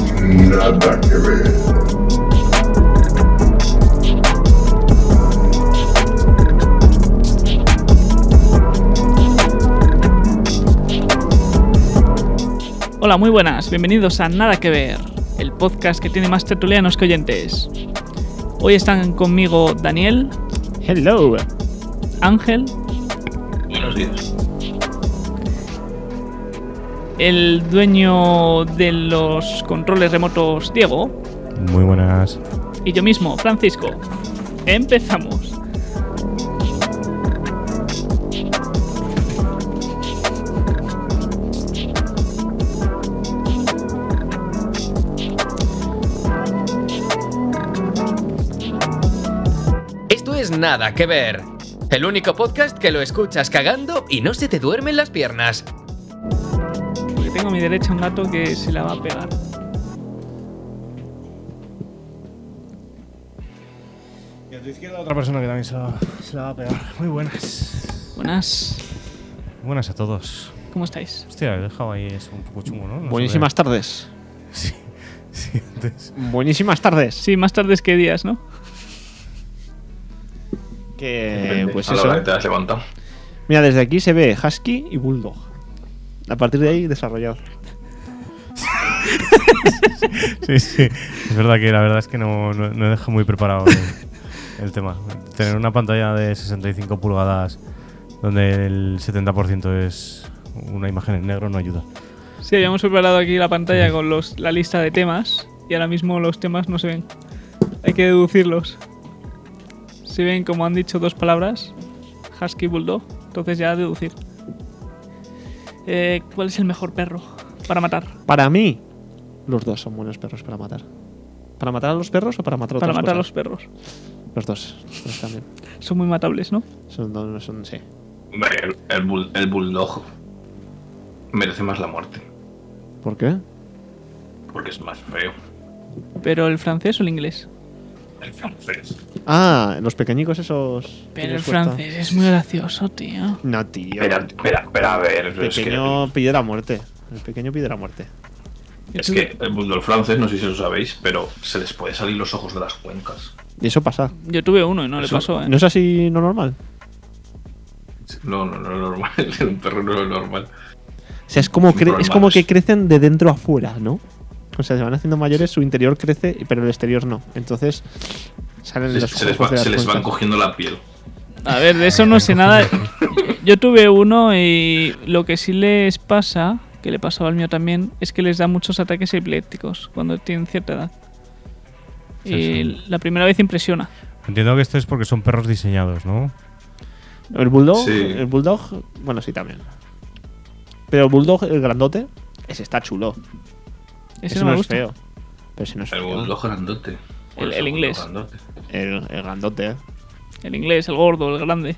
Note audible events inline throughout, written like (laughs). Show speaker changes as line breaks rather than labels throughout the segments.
not accurate.
Hola, muy buenas, bienvenidos a Nada que Ver, el podcast que tiene más tertulianos que oyentes. Hoy están conmigo Daniel,
Hello.
Ángel,
Buenos días.
el dueño de los controles remotos Diego
Muy buenas.
y yo mismo, Francisco. Empezamos.
Esto es Nada que Ver, el único podcast que lo escuchas cagando y no se te duermen las piernas.
Porque tengo a mi derecha un gato que se la va a pegar.
Y a tu izquierda otra persona que también se la, se la va a pegar. Muy buenas.
Buenas,
Buenas a todos.
¿cómo estáis?
Hostia, he dejado ahí eso un poco chungo, ¿no? No
Buenísimas tardes.
sé. Sí, (laughs) sí, antes.
Buenísimas tardes.
Sí, más tardes que días, ¿no?
Que
Depende
pues
a la
eso.
hora que te has levantado.
Mira, desde aquí se ve Husky y Bulldog. A partir de ahí desarrollado.
Sí, sí. Es verdad que la verdad es que no, no, no he dejado muy preparado el, el tema. Tener una pantalla de 65 pulgadas donde el 70% es una imagen en negro no ayuda.
Sí, habíamos preparado aquí la pantalla con los, la lista de temas y ahora mismo los temas no se ven. Hay que deducirlos. Si ven, como han dicho, dos palabras, Husky y Bulldog, entonces ya deducir. Eh, ¿Cuál es el mejor perro para matar?
Para mí, los dos son buenos perros para matar. ¿Para matar a los perros o para matar a
para
otras
matar a los
cosas?
perros.
Los dos. Los dos también.
Son muy matables, ¿no?
Son dos, son, sí.
Hombre, El, el bull- el bulldog merece más la muerte,
¿Por qué?
porque es más feo.
Pero el francés o el inglés.
El francés.
Ah, los pequeñicos esos. que
Pero el
les cuesta.
francés ¿eh? es muy gracioso, tío.
No, tío.
Espera, espera, espera, a ver.
El
Es que,
pequeño pide la muerte. El pequeño pide la muerte.
es que el bulldog francés, no sé si lo sabéis, pero se les puede salir los ojos de las cuencas.
Y eso pasa.
Yo tuve uno y no le
Eso-
pasó, ¿eh?
¿No es así no normal?
No, no, no es normal. (laughs) En un perro no es normal.
O sea, es como,
Son
cre- es como
problemas.
que crecen de dentro a fuera, ¿no? O sea, se van haciendo mayores, su interior crece, pero el exterior no. Entonces, salen
Se,
los
se les,
ojos
va-
de las
se les van
cuencas.
cogiendo la piel.
A ver, de eso no sé nada. Yo tuve uno y lo que sí les pasa, que le pasaba al mío también, es que les da muchos ataques epilépticos cuando tienen cierta edad.
Sí,
y la primera vez impresiona.
Entiendo que esto es porque son perros diseñados, ¿no?
El bulldog,
Sí.
el bulldog, bueno, sí también. Pero el bulldog, el grandote, ese está chulo.
Ese no
Ese no
me
es
gusta.
feo. Pero ese no es
El
feo.
bulldog grandote.
El-
Eso,
el inglés.
bulldog grandote.
El, el grandote.
El inglés, el gordo, el grande.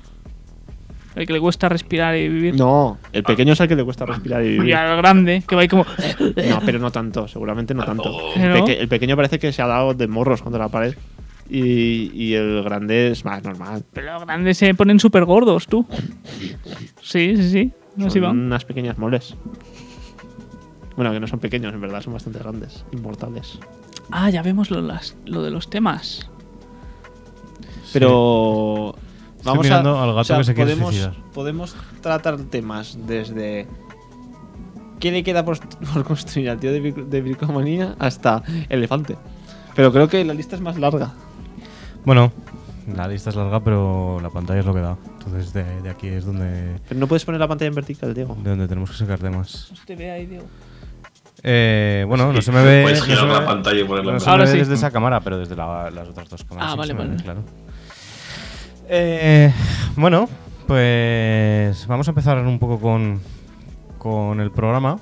El que le cuesta respirar y vivir.
No, el pequeño es al que le cuesta respirar y
Y
vivir.
al grande, que va ahí como. "Eh,
No, pero no tanto, seguramente
Ah,
no tanto.
Tampoco.
El,
¿No?
peque- el pequeño parece que se ha dado de morros contra la pared. Y, y el grande es más normal.
Pero los grandes se ponen súper gordos, tú. Sí, sí, sí. No, sí,
son
va.
unas pequeñas moles. Bueno, que no son pequeños, en verdad, son bastante grandes, inmortales.
Ah, ya vemos lo, las- lo de los temas.
Pero vamos
mirando
a,
al gato que se quiere
podemos,
suicidar.
podemos tratar temas desde qué le queda por, (laughs) por construir al tío de, bric- de bricomanía hasta elefante. Pero creo que la lista es más larga.
Bueno, la lista es larga, pero la pantalla es lo que da. Entonces de, de aquí es donde,
Pero no puedes poner la pantalla en vertical, Diego.
de donde tenemos que sacar temas.
Te ve ahí, Diego.
Eh, bueno, no
Sí,
se me ve.
Puedes
no se
girar
me
la
ve-
pantalla y ponerla
no
en
se me
Ahora
ve
sí.
desde esa cámara, pero desde la- las otras dos cámaras.
Ah,
sí
vale,
se me ve,
vale.
claro. Eh, bueno, pues vamos a empezar un poco con, con el programa.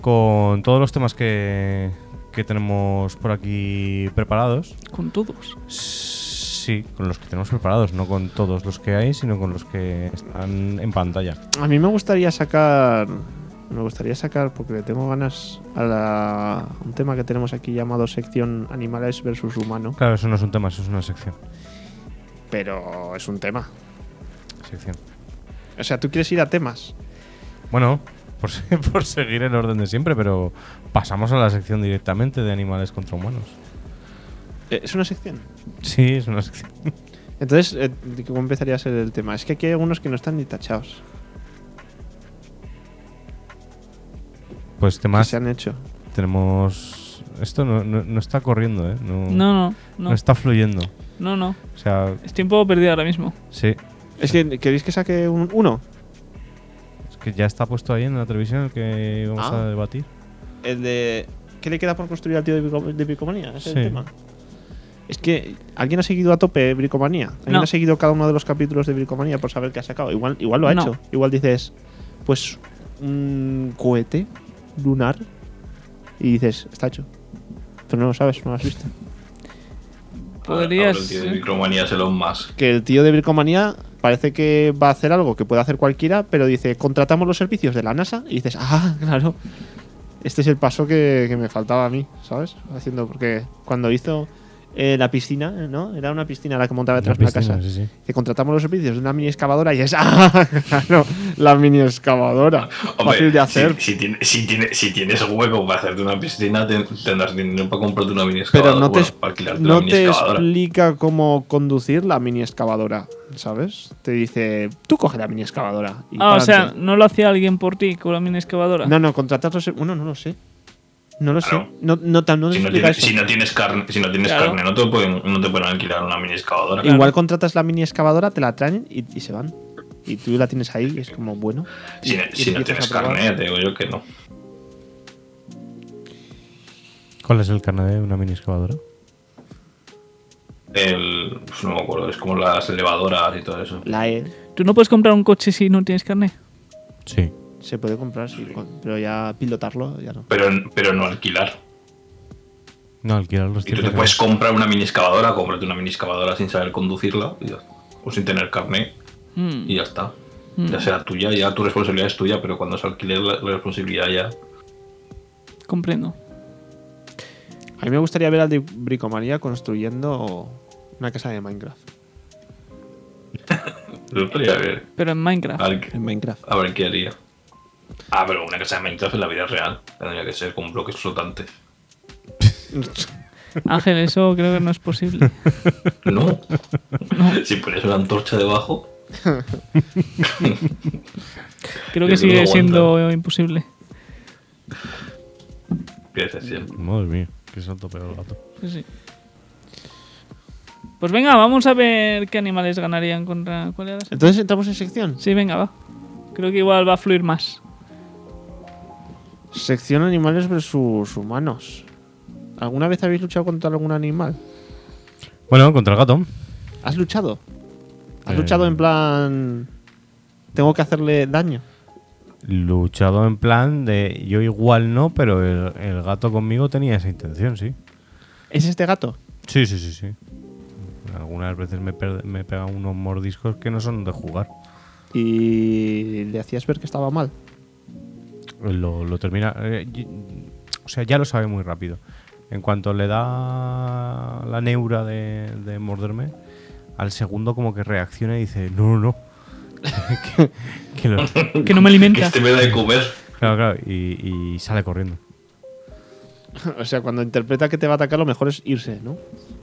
Con todos los temas que, que tenemos por aquí preparados.
Con todos.
Sí, con los que tenemos preparados, no con todos los que hay, sino con los que están en pantalla.
A mí me gustaría sacar. Me gustaría sacar, porque le tengo ganas a la- un tema que tenemos aquí llamado sección animales versus humano.
Claro, eso no es un tema, eso es una sección.
Pero es un tema.
sección.
O sea, tú quieres ir a temas.
Bueno, por, se- (laughs) por seguir el orden de siempre, pero pasamos a la sección directamente de animales contra humanos.
Eh, Es una sección.
Sí, es una sección.
Entonces, eh, ¿de ¿cómo empezaría a ser el tema? Es que aquí hay algunos que no están ni tachados.
Pues
Que
temas
se han hecho.
tenemos. Esto no, no- no está corriendo, ¿eh? No,
Mm.
No, no,
no
no.
está fluyendo.
No, no.
O sea,
Estoy un poco perdido ahora mismo.
sí.
Es que, ¿queréis que saque un, uno?
Es que ya está puesto ahí en la televisión el que vamos
Ah.
a debatir.
El de. ¿Qué le queda por construir al tío de, Brico- de Bricomanía? Ese es el
Sí.
tema. Es que. ¿Alguien ha seguido a tope Bricomanía? ¿Alguien
No.
ha seguido cada uno de los capítulos de Bricomanía por saber qué ha sacado? Igual, igual lo ha
No.
hecho. Igual dices. Pues. Un cohete lunar. Y dices, está hecho. Pero no lo sabes, no lo has visto.
Podrías.
Ah, Ahora el tío de micromanía es Elon Musk.
Que el tío de Bricomanía parece que va a hacer algo que puede hacer cualquiera, pero dice, contratamos los servicios de la NASA. Y dices, ah, (laughs) claro. Este es el paso que, que me faltaba a mí, ¿sabes? Haciendo, porque cuando hizo eh, la piscina, ¿no? Era una piscina la que montaba detrás de
Una
una
piscina,
casa.
sí, sí.
Que contratamos los servicios de una mini excavadora y es, (laughs) ah, claro, la mini excavadora.
Hombre,
fácil de hacer.
Si, si tiene- si tiene- si tienes hueco para hacerte una piscina, ten- tendrás dinero para comprarte una mini
Pero
excavadora.
no te,
bueno,
es-
para alquilarte
no
una mini
te
excavadora.
explica cómo conducir la mini excavadora, ¿sabes? Te dice, tú coge la mini excavadora. y
Ah, o
párate".
sea, no lo hacía alguien por ti con la mini excavadora.
No, no, contratar los. Bueno, no lo sé. No lo
Claro.
sé. No, no, tan- no te
Si no,
explica
tienes,
eso.
si no tienes carne, si no tienes
Claro.
carne, no te pueden, no te pueden alquilar una mini excavadora.
Claro.
Igual contratas la mini excavadora, te la traen y, y se van. Y tú la tienes ahí y es como bueno.
Si,
Y-
no-
y
si no
empiezas
tienes
a probar.
carne, te digo yo que no.
¿Cuál es el carnet de una mini excavadora?
El, pues no me acuerdo, es como las elevadoras y todo eso.
La E
Tú no puedes comprar un coche si no tienes carne.
Sí.
se puede comprar, sí, con- pero ya pilotarlo ya no.
Pero, pero no alquilar.
No, alquilar los
Y tú te puedes comprar una mini excavadora, cómprate una mini excavadora sin saber conducirla y ya- o sin tener carne
Mm.
y ya está. Ya será tuya, ya tu responsabilidad es tuya, pero cuando se alquiler la, la responsabilidad ya.
Comprendo.
A mí me gustaría ver al de Bricomanía construyendo una casa de Minecraft.
Yo podría ver.
Pero en Minecraft.
A ver,
En Minecraft.
a ver qué haría. Ah, pero una casa de Minecraft en la vida real. Tendría que ser con bloques flotantes.
Ángel, eso creo que no
(laughs)
es posible. (laughs)
No. Si pones una antorcha debajo,
Creo
Yo creo
que
que
sigue
no
siendo imposible.
qué decepción.
Madre mía, qué santo pedo el gato.
Sí, sí. Pues venga, vamos a ver qué animales ganarían contra. ¿Cuál era? esa?
Entonces entramos en sección.
Sí, venga, va. Creo que igual va a fluir más.
Sección animales versus humanos. ¿Alguna vez habéis luchado contra algún animal?
Bueno, contra el gato.
¿Has luchado? ¿Has
Eh.
luchado en plan... Tengo que hacerle daño?
Luchado en plan de yo igual no, pero el, el gato conmigo tenía esa intención, sí.
¿Es este gato?
Sí, sí, sí, sí. Algunas veces me, per- me pega unos mordiscos que no son de jugar.
Y le hacías ver que estaba mal. (laughs)
Lo, lo termina. eh, y- o sea, ya lo sabe muy rápido. En cuanto le da la neura de, de morderme, al segundo como que reacciona y dice, no, no, no. (laughs) que, que lo-
Que no me
Que
alimenta.
este me da de comer.
claro, claro, y, y sale corriendo.
O sea, cuando interpreta que te va a atacar, lo mejor es irse, ¿no?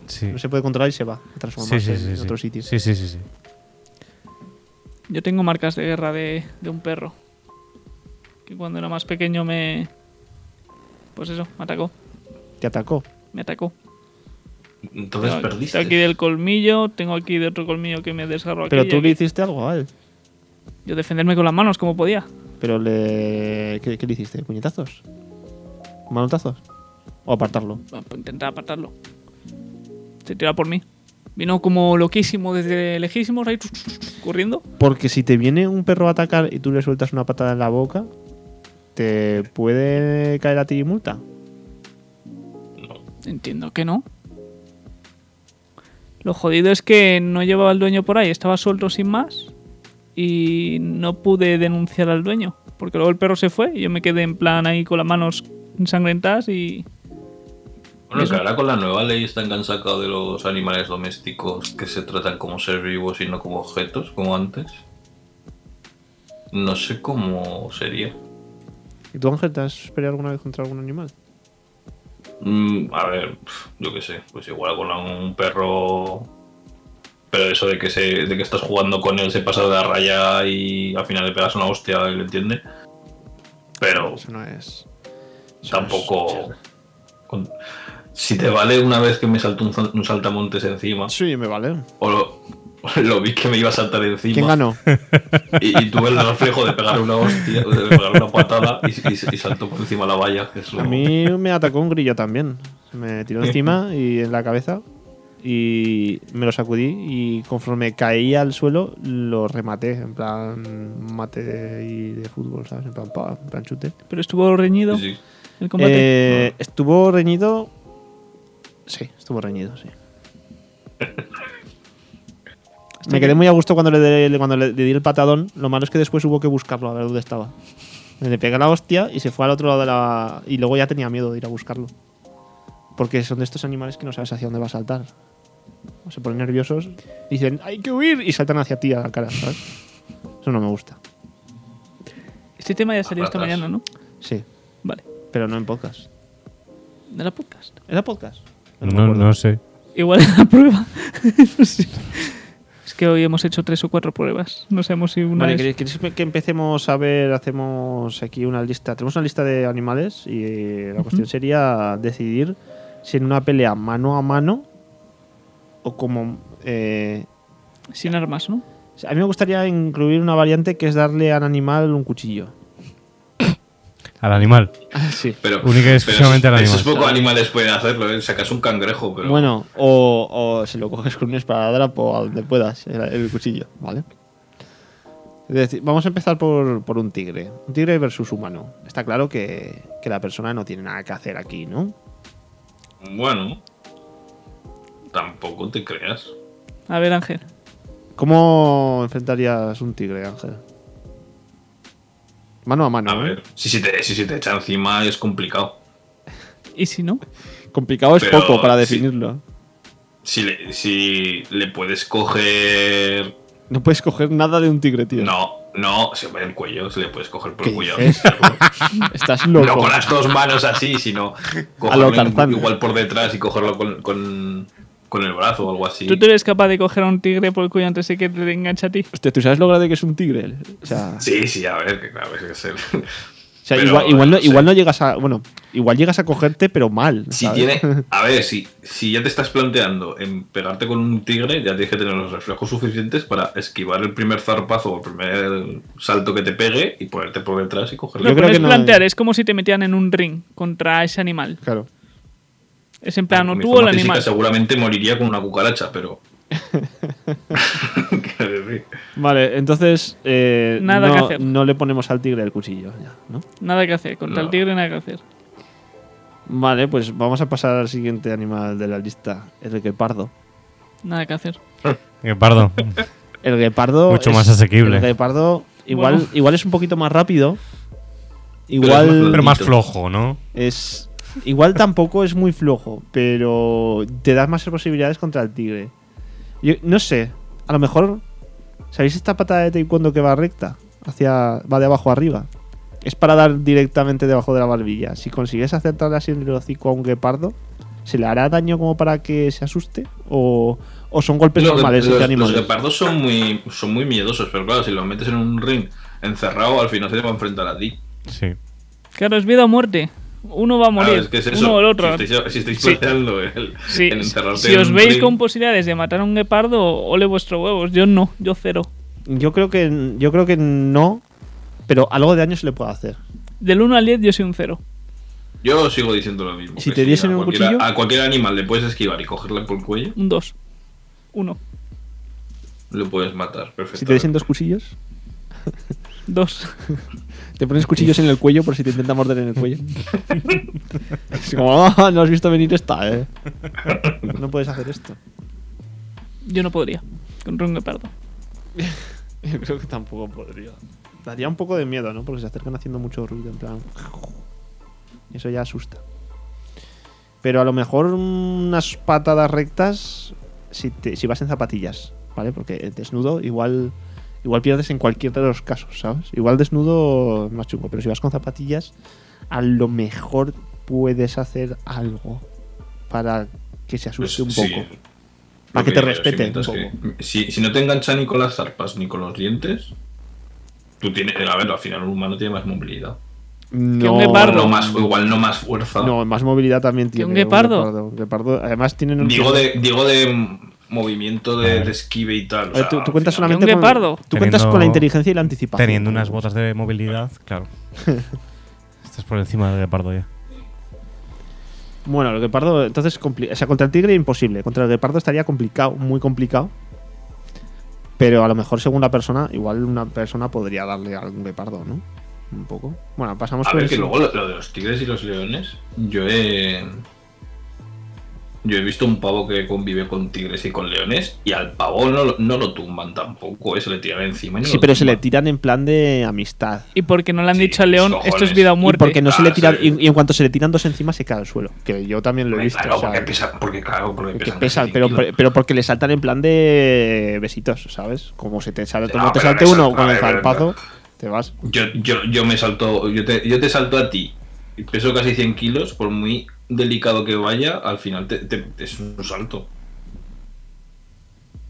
Sí.
No se puede controlar y se va a
Sí,
transformarse
sí,
en
sí, sí.
otro sitio.
Sí, sí, sí, sí.
Yo tengo marcas de guerra de, de un perro. Que cuando era más pequeño me. Pues eso, me atacó.
Te atacó.
Me atacó.
Entonces
Tengo-
perdiste.
Tengo aquí del colmillo, tengo aquí de otro colmillo que me desgarró aquí.
Pero
y
tú
aquí.
le hiciste algo a él.
Yo defenderme con las manos como podía.
Pero le. ¿Qué, qué le hiciste? ¿Puñetazos? ¿Manotazos? ¿O apartarlo?
Bueno, pues Intentaba apartarlo. Se tira por mí. Vino como loquísimo desde lejísimos, ahí (laughs) corriendo.
Porque si te viene un perro a atacar y tú le sueltas una patada en la boca, te puede caer a ti multa.
Entiendo que no. Lo jodido es que no llevaba al dueño por ahí, estaba suelto sin más y no pude denunciar al dueño, porque luego el perro se fue y yo me quedé en plan ahí con las manos ensangrentadas y
Bueno, que ahora con la nueva ley están que han sacado de los animales domésticos que se tratan como ser vivos y no como objetos, como antes. No sé cómo sería.
¿Y tú, Ángel, te has peleado alguna vez contra algún animal?
Mm, a ver, pf, yo qué sé, pues igual con un perro. Pero eso de que se, de que estás jugando con él, se pasa de la raya y al final le pegas una hostia y lo entiende. Pero
Eso no es. eso no es
tampoco.
charla.
con- si te vale una vez que me saltó un, sal- un saltamontes encima,
Sí, me vale.
o lo, (laughs) lo vi que me iba a saltar encima.
¿Quién ganó?
Y, y tuve el reflejo de pegar una hostia, de pegar una patada y, y- y saltó por encima de la valla. que es lo-
A mí me atacó un grillo también. Se me tiró encima y en la cabeza. Y me lo sacudí. Y conforme caía al suelo, lo rematé. En plan, mate de, y de fútbol, ¿sabes? En plan, pa, en plan chute.
Pero estuvo reñido
Sí, sí.
el combate.
Ah.
Eh, ¿Estuvo reñido? Sí, estuvo reñido,
(laughs)
sí. Me quedé muy a gusto cuando le, de- cuando le, le di el patadón. Lo malo es que después hubo que buscarlo a ver dónde estaba. Le pegué la hostia y se fue al otro lado de la. Y luego ya tenía miedo de ir a buscarlo. Porque son de estos animales que no sabes hacia dónde va a saltar. Se ponen nerviosos, dicen, hay que huir, y saltan hacia ti a la cara, ¿sabes? Eso no me gusta.
Este tema ya salió esta
Ratas.
mañana, ¿no?
Sí,
Vale.
pero no en podcast.
De la podcast.
¿Era podcast? me
No,
acuerdo.
no sé.
Igual (laughs) era la prueba. No sé. Es que hoy hemos hecho tres o cuatro pruebas. No sabemos si una
Vale,
es-
¿queréis, queréis que empecemos a ver? Hacemos aquí una lista. Tenemos una lista de animales y eh, la cuestión sería decidir si en una pelea mano a mano o como. eh,
sin armas, ¿no?
a mí me gustaría incluir una variante que es darle al animal un
(laughs)
cuchillo.
Al animal.
sí.
Pero,
Única y
pero
exclusivamente al
esos-
animal.
Esos pocos animales pueden hacerlo, ¿eh? sacas un cangrejo, pero.
Bueno, o, o si lo coges con un esparadrapo a donde puedas, el, el cuchillo, ¿vale? Es decir, vamos a empezar por, por un tigre. Un tigre versus humano. Está claro que, que la persona no tiene nada que hacer aquí, ¿no?
Bueno, Tampoco te creas.
A ver, Ángel.
¿Cómo enfrentarías un tigre, Ángel? Mano a mano.
A
¿eh?
ver, si se, te, si se te echa encima es complicado.
¿Y si no?
Complicado es
Pero
poco para
sí.
definirlo.
Si le, si le puedes coger.
No puedes coger nada de un tigre, tío.
No, no, se ve el cuello, se le puedes coger por
¿Qué
el cuello.
dices? Estás loco.
(laughs) No con las dos manos así,
(laughs)
sino
lo
cogerlo
Tarzán.
igual por detrás y cogerlo con, con, con el brazo o algo así.
¿Tú te eres capaz de coger a un tigre por el cuello antes de que te enganche a ti?
Hostia, ¿tú sabes lo grande que es un tigre? O sea,
Sí, sí, a ver, que claro, es que se-
o sea,
pero,
igual, igual no,
no sé.
igual no llegas a. Bueno, igual llegas a cogerte, pero mal.
Si
¿sabes?
tiene, a ver, si, si ya te estás planteando en pegarte con un tigre, ya tienes que tener los reflejos suficientes para esquivar el primer zarpazo o el primer salto que te pegue y ponerte por detrás y cogerle.
Lo
creo
puedes
que no-
eh.
plantear, es como si te metieran en un ring contra ese animal.
(laughs) Claro.
Es en plan, o
Mi
tú o el
forma física
animal.
Seguramente moriría con una cucaracha,
(laughs)
pero. (laughs) Quiero decir,
Vale, entonces. eh,
Nada
no,
que hacer.
no le ponemos al tigre el cuchillo, ya, ¿no?
Nada que hacer, contra
No.
el tigre nada que hacer.
Vale, pues vamos a pasar al siguiente animal de la lista: el guepardo.
Nada que hacer.
Eh,
(laughs)
Pardo.
El guepardo.
Mucho
es-
más asequible.
El guepardo igual,
Bueno.
igual es un poquito más rápido.
es más
Igual
Pero más
Bonito.
flojo, ¿no?
es. Igual tampoco es muy flojo, pero te das más posibilidades contra el tigre. Yo no sé, a lo mejor. ¿Sabéis esta patada de taekwondo que va recta? Hacia, va de abajo arriba. Es para dar directamente debajo de la barbilla. Si consigues acertarle así en el hocico a un guepardo, ¿se le hará daño como para que se asuste? ¿O, o son
Pues
golpes
los-
normales
los,
entre
los
animales?
guepardos son muy, son muy miedosos, pero claro, si los metes en un ring encerrado, al final se te va a enfrentar a ti.
Sí.
Claro, es vida o muerte. Uno va a morir,
Claro, es que es eso.
uno o el otro.
Si estáis, si estáis
Sí.
planteando el,
Sí,
el encerrarte
si
en
os
un
veis
ring-
con posibilidades de matar a un guepardo, ole vuestros huevos. Yo no, yo cero.
Yo creo que yo creo que no, pero algo de daño se le puede hacer.
Del 1 al 10 yo soy un cero.
Yo sigo diciendo lo mismo.
Si
que
te
sí,
diesen
a
un
cualquiera-
cuchillo-
A cualquier animal le puedes esquivar y cogerle por el cuello,
Un 2. Uno.
lo puedes matar. Perfecto.
Si te dicen dos cuchillos,
Dos. (laughs)
te pones cuchillos en el cuello por si te intenta morder en el cuello. es como, "Ah, no has visto venir esta, eh. No puedes hacer esto.
Yo no podría. Contra un guepardo.
Yo (laughs) creo que tampoco podría. Daría un poco de miedo, ¿no? Porque se acercan haciendo mucho ruido, en plan. y Eso ya asusta. Pero a lo mejor unas patadas rectas si, te- si vas en zapatillas, ¿vale? Porque eh, desnudo igual igual pierdes en cualquier de los casos, ¿sabes? Igual desnudo es más chungo, pero si vas con zapatillas, a lo mejor puedes hacer algo para que se asuste un
Pues, sí,
poco.
lo
Para que te
digo yo,
respeten
mientras
un
que- si, si no te engancha ni con las zarpas ni con los dientes, tú tienes. A ver, al final un humano tiene más movilidad.
Que
No,
un
Igual
guepardo.
no más, igual no más fuerza.
No, más movilidad también tiene.
un guepardo?
un guepardo. Además tienen un.
Digo de, digo de movimiento de, de esquive y tal. o
Eh,
sea,
tú, tú
al
cuentas
final-
solamente
¿Que un
con-
guepardo?
tú cuentas
Teniendo-
con la inteligencia y la anticipación.
Teniendo unas botas de movilidad, claro. Estás por encima del guepardo ya.
Bueno, el guepardo, entonces, compli- o sea, contra el tigre imposible. Contra el guepardo estaría complicado, muy complicado. Pero a lo mejor según la persona, igual una persona podría darle algún guepardo, ¿no? Un poco. Bueno, pasamos
A
con
ver,
el
que
sí-
luego lo, lo de los tigres y los leones, yo he. Yo he visto un pavo que convive con tigres y con leones, y al pavo no, lo- no lo tumban tampoco, eh, se le tiran encima. y no
Sí,
lo
pero se le
tumban.
tiran en plan de amistad.
Y porque no le han
Sí,
dicho al león,
cojones.
esto es vida o
Y
muerte.
porque no se
Ah,
le tiran,
sí.
y, y en cuanto se le tiran dos encima se cae al suelo. Que yo también lo he visto.
Claro,
o sea,
porque pesa, porque claro, porque
que
pesan
pesan,
casi
pero,
100 kilos.
pero porque le saltan en plan de besitos, ¿sabes? Como se te sale,
No,
como te
pero
salte
le
uno
salta-
con el
a ver,
zarpazo, te vas.
Yo, yo, yo me salto, yo te, yo te salto a ti. y Peso casi 100 kilos, por muy delicado que vaya, al final te, te- te- es un salto.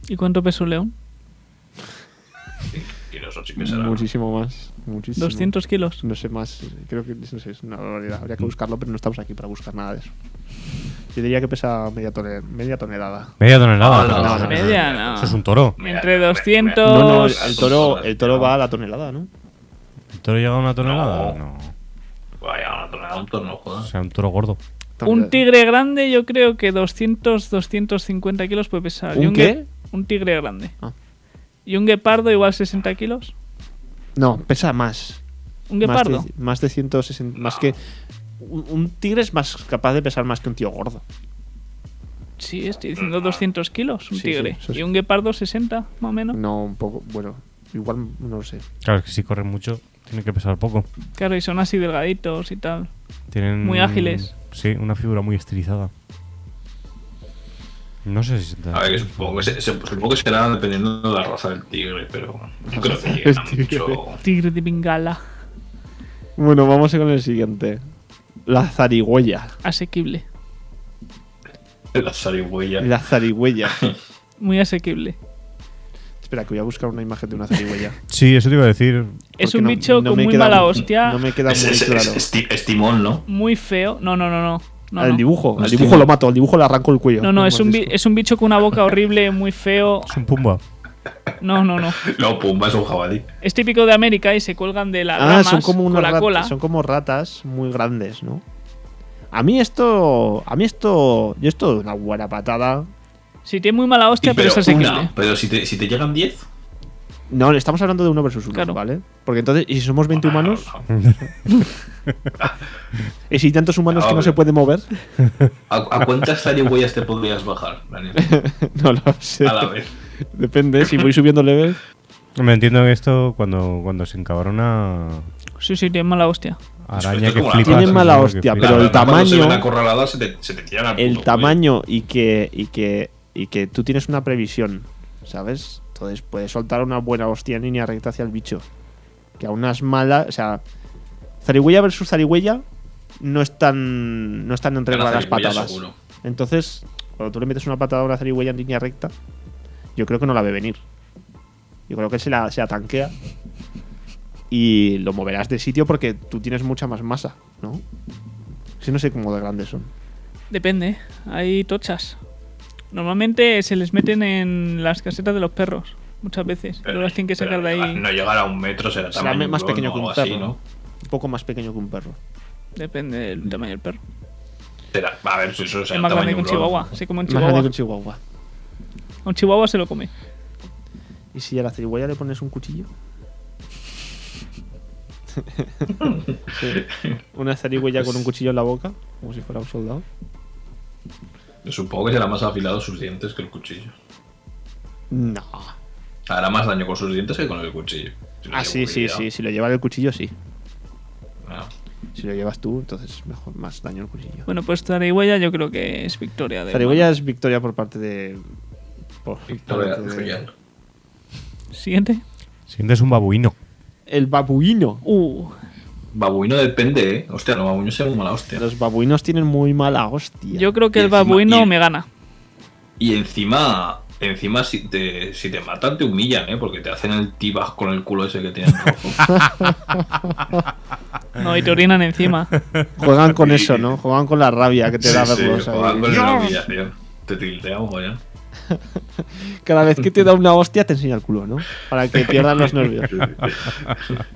¿Y cuánto pesa un león?
100 kilos o si pesará.
Muchísimo más. Muchísimo.
200 kilos.
No sé más. Creo que no sé, es una barbaridad.
Mm.
Habría que buscarlo, pero no estamos aquí para buscar nada de eso. Yo diría que pesa media, tone- media tonelada.
Media tonelada.
No,
pero-
no, no, no.
Media, no.
Eso es un toro.
Mira,
Entre
mira,
200.
mira.
No, no, el,
Dos.
el toro, el toro va a la tonelada, ¿no?
¿El toro llega a una tonelada?
No.
No.
Vaya, una tonelada, un torno,
O
joder.
sea, un toro gordo.
Un tigre grande, yo creo que 200, 250 kilos puede pesar.
¿Un
Y
qué?
gue- Un tigre grande.
Ah.
¿Y un guepardo igual 60 kilos?
No, pesa más.
¿Un
Más
guepardo?
de, más de 160. Más que. Un, un tigre es más capaz de pesar más que un tío gordo.
Sí, estoy diciendo 200 kilos, un
Sí,
tigre.
sí, eso sí.
¿Y un guepardo 60, más o menos?
No, un poco. Bueno, igual no lo sé.
Claro, es que si corren mucho, tienen que pesar poco.
Claro, y son así delgaditos y tal.
Tienen.
Muy ágiles.
Sí, una figura muy estilizada. No sé si.
A ver, que supongo que, se- se- supongo que será dependiendo de la raza del tigre, pero yo creo que llegan a
El tigre.
mucho.
Tigre de Bengala.
Bueno, vamos con el siguiente. La zarigüeya.
Asequible.
La zarigüeya.
La
(laughs)
zarigüeya.
Muy asequible.
Espera, que voy a buscar una imagen de una zarigüeya.
Sí, eso te iba a decir.
Es
Porque
un
no-
bicho
no
con
me
muy
queda
mala
muy-
hostia.
No me queda
Es,
muy
es-
claro.
es- es ti- es timón, ¿no?
Muy feo. No, no, no, no. No,
al
no.
dibujo, al
Hostia.
dibujo lo mato, al dibujo le arranco el cuello.
No, no,
Como
es
has
un, bi-
visto.
es un bicho con una boca horrible, muy feo.
Es un pumba.
No, no, no.
No, Pumba es un jabalí.
Es típico de América y se cuelgan de las
Ah,
ramas
son como
con
unas
la
rat-
cola.
son como ratas muy grandes, ¿no? A mí esto, a mí esto, yo esto una buena patada.
Si tiene muy mala hostia,
Y
pero, es asequible.
una, pero si te, si te llegan 10.
No, estamos hablando de uno versus uno,
Claro.
¿vale? Porque entonces, y si somos 20 humanos,
Ah,
y si hay tantos humanos
Ah,
que no
vale.
se pueden mover,
¿A, a cuántas zarigüeyas te podrías bajar, Daniel?
(laughs) no lo sé.
A la vez.
Depende, si voy
(laughs)
subiendo level.
Me entiendo que esto, cuando, cuando se encabrona
Sí, sí, tiene mala hostia.
araña
es
que
como la-
flipas.
Tienen
es
mala
lo que
hostia,
flipas.
pero el
Cuando se
tamaño-
ven acorraladas, se te, se te tiran al
el
puto cuello.
tamaño y que, y que y que tú tienes una previsión, ¿sabes? Entonces puedes soltar una buena hostia en línea recta hacia el bicho. Que a unas malas, o sea, zarigüeya versus zarigüeya no están no están en
Gana
regla las
zarigüeya,
patadas.
seguro.
Entonces, cuando tú le metes una patada a una zarigüeya en línea recta, yo creo que no la ve venir. Yo creo que se la, se la tanquea y lo moverás de sitio porque tú tienes mucha más masa, ¿no? Si no sé cómo de grandes son.
Depende, ¿eh? hay tochas. Normalmente se les meten en las casetas de los perros, muchas veces.
Pero-
Luego las tienen que
pero
sacar de
no
ahí.
llegar- No llegar a un metro será
Será
tamaño
más
un
pequeño
león
que un
o algo así,
perro.
¿no?
un poco más pequeño que un perro.
Depende del tamaño del perro.
Será- a ver, si eso será
es más grande
tamaño
que un
de león.
chihuahua. Se come un
Más
chihuahua.
grande que un chihuahua.
A Un chihuahua se lo come.
¿Y si a la zarigüeya le pones un cuchillo? Sí. Una zarigüeya con un cuchillo en la boca, como si fuera un soldado.
Supongo que será más afilado sus dientes que el cuchillo.
No.
Hará más daño con sus dientes que con el cuchillo. Si lo
Ah,
llevo
sí, sí,
cuidado.
sí. Si lo llevas el cuchillo, sí.
Ah.
Si lo llevas tú, entonces mejor, más daño el cuchillo.
Bueno, pues Zarigüeya yo creo que es victoria de.
Zarigüeya es victoria por parte de. Por, por
Victoria
parte de-
Royal.
Siguiente.
Sientes un babuino.
El babuino.
Uh,
Babuino depende, ¿eh? Hostia, los babuinos son mala hostia.
Los babuinos tienen muy mala hostia.
yo creo que
Y
el
encima-
babuino
y-
me gana.
Y encima, encima si te, si te matan, te humillan, ¿eh? Porque te hacen el tibas con el culo ese que tienen
(laughs)
rojo.
No, y te
(laughs)
orinan encima.
Juegan con eso, ¿no? Juegan con la rabia que te da
Sí, sí,
verlos. ahí.
joder, con la
¡Dios!
humillación. Te tilteamos ya.
Cada vez que te da una hostia te enseña el culo, ¿no? Para que pierdan los nervios.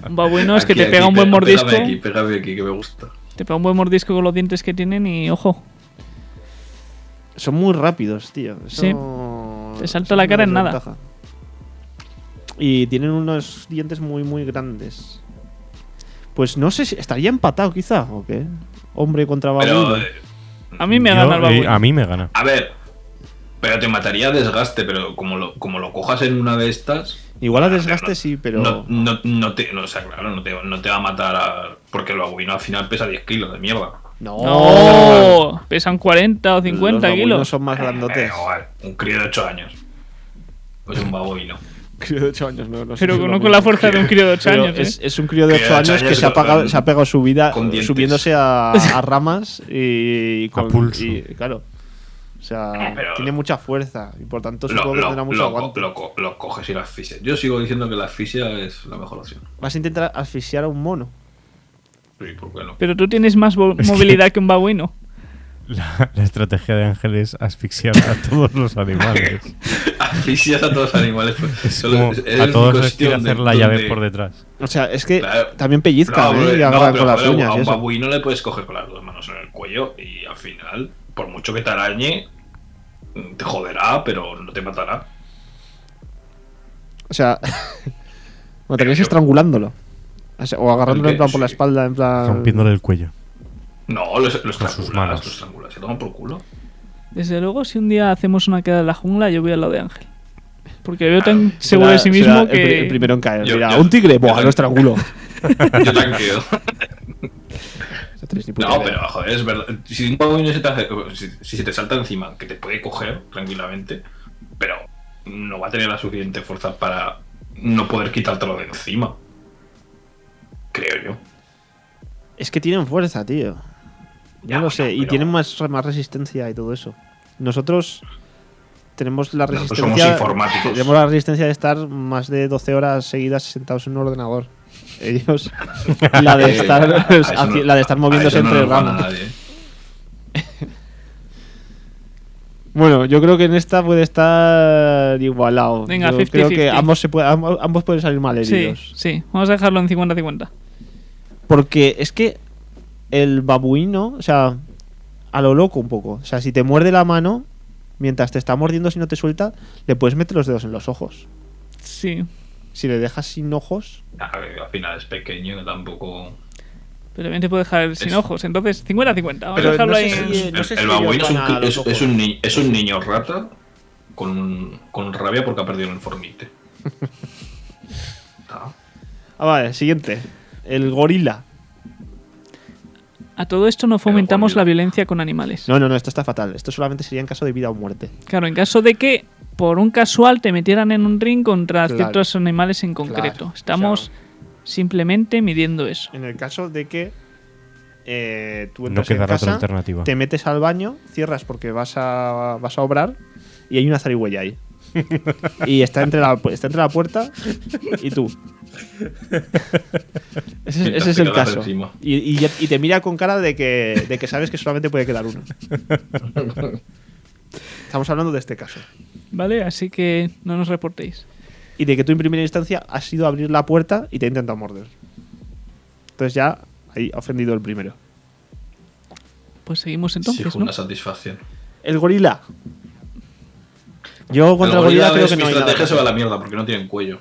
Un babuino es que
Aquí,
te
aquí,
pega un buen
pega-
mordisco.
Pégame aquí, pégame aquí, que me gusta.
Te pega un buen mordisco con los dientes que tienen y ojo,
Son muy rápidos, tío. Eso-
Sí. Te salta
eso
la
es
cara
una
en nada.
desventaja. Y tienen unos dientes muy, muy grandes. Pues no sé si estaría empatado, quizá, o qué. Hombre contra
Pero,
babuino.
eh,
a mí me
Yo,
gana el
eh,
babuino.
a mí me gana. (laughs)
a ver, pero te mataría desgaste, pero como lo, como lo cojas en una de estas.
Igual a
no,
desgaste
no,
sí, pero.
No, no, no te, no, o sea, claro, no te, no te va a matar a- porque el babuino al final pesa 10 kilos de mierda.
No.
No, ¡Oh! pesan 40 o
Los
50
babuinos
kilos.
son más
Eh,
grandotes.
da igual, un crío de 8 años. Pues un babuino.
Crío de 8 años, no, no sé
Pero
si es
no
lo
con la
mismo.
fuerza de un crío de 8
Pero
años. ¿eh?
es, es un crío de
Crío de
8
ocho
años que
años
se ha,
con-
pagado, se ha pegado su vida
con
eh,
dientes.
subiéndose a, a ramas y con
A pulso.
y, claro. O sea,
Eh, Pero-
tiene mucha fuerza y por tanto
Lo,
supongo que
lo-
tendrá mucho
lo-
aguante.
lo co- lo coges y la asfixia. Yo sigo diciendo que la asfixia es la mejor opción.
Vas a intentar asfixiar a un mono.
Sí, ¿por qué no?
Pero tú tienes más vo-
(laughs) Es que-
movilidad que un babuino.
La, la estrategia de Ángel es asfixiar a todos
(laughs)
los animales.
(laughs) Asfixias a todos los animales. pues,
(laughs) Es
Solo-
como
es el
a
único
todos les
sitio
quiere
donde-
hacer la llave
donde-
por detrás.
O sea, es que
Claro.
también pellizca
No,
¿eh?
hombre,
y
no,
agarra
pero
con las
joder,
uñas.
A
y
un
eso.
babuino le puedes coger con las dos manos en el cuello y al final, por mucho que te arañe, te joderá, pero no te matará.
O sea, (laughs) matarías
Yo-
estrangulándolo. O, sea, o agarrándolo
¿El qué?
en plan por la
Sí.
espalda, en plan.
Rompiéndole el cuello.
No, los, los
Con sus
estrangulas,
manos.
los estrangulas. Se toman por culo.
Desde luego, si un día hacemos una queda de la jungla, yo voy al lado de Ángel. Porque veo tan
Claro.
seguro de sí
Ah, Será- será
mismo
el pri-
que.
El, primero en caer.
Yo-
Mira,
yo-
un tigre,
yo
boah,
soy-
lo estrangulo.
(laughs) Yo
(laughs)
tranquilo.
No tenéis ni puta
No,
idea.
pero joder, es verdad. Si un babuino se te, hace- si, si se te salta encima, que te puede coger tranquilamente, pero no va a tener la suficiente fuerza para no poder quitártelo de encima. Creo yo.
Es que tienen fuerza, tío.
Ya,
Ya lo
bueno,
sé. y
Ah, pero- (laughs)
tienen más, más resistencia y todo eso. Nosotros tenemos la
Nosotros
resistencia.
somos informáticos.
Tenemos la resistencia de estar más de 12 horas seguidas sentados en un ordenador.
(laughs)
Ellos. la, de
Eh,
estar, (laughs)
a- a eso
haci-
no-
la de estar
a
moviéndose
eso no
entre
nos gana
ramas.
nadie.
Bueno, yo creo que en esta puede estar igualado.
Venga,
yo creo
50-50.
que ambos, se puede- ambos, ambos pueden salir mal
Sí,
heridos.
sí. Vamos a dejarlo en 50-50.
Porque es que el babuino, o sea, a lo loco un poco. O sea, si te muerde la mano, mientras te está mordiendo, si no te suelta, le puedes meter los dedos en los ojos.
Sí.
Si le dejas sin ojos,
A ver, Al final es pequeño, tampoco.
Pero también te puedo dejar sin
Es-
ojos. Entonces, 50-50. Vamos
Pero
a dejarlo
no
ahí.
sé
en-
si- eh, no sé
el,
si
el babuino es un,
llegan a
cri-
los
es,
ojos.
es un ni- es un niño rata con, un- con rabia porque ha perdido un fornite. Ah,
Ah, vale, siguiente. El gorila.
A todo esto no fomentamos
Pero,
la violencia con animales.
No, no, no, esto está fatal. Esto solamente sería en caso de vida o muerte.
Claro, en caso de que por un casual te metieran en un ring contra
Claro.
ciertos animales en concreto.
Claro,
Estamos simplemente midiendo eso.
En el caso de que eh, tú
No
entras en
quedará otra
casa,
alternativa.
te metes al baño, cierras porque vas a, vas a obrar y hay una zarigüeya ahí. y está entre, la, pu- está entre la puerta y tú. Ese, es-
Y te
ese es el
tiras
caso.
encima.
Y, y ya- y te mira con cara de que, de que sabes que solamente puede quedar uno. Estamos hablando de este caso.
¿Vale? Así que no nos reportéis.
Y de que tú en primera instancia has ido a abrir la puerta y te ha intentado morder. Entonces ya ahí ha ofendido el primero.
Pues seguimos
sí,
entonces,
fue
¿no?
una satisfacción.
El gorila. Yo contra el gorila, creo
es
que no
mi
hay
estrategia
nada.
se va a la mierda porque no tienen
(laughs)
cuello.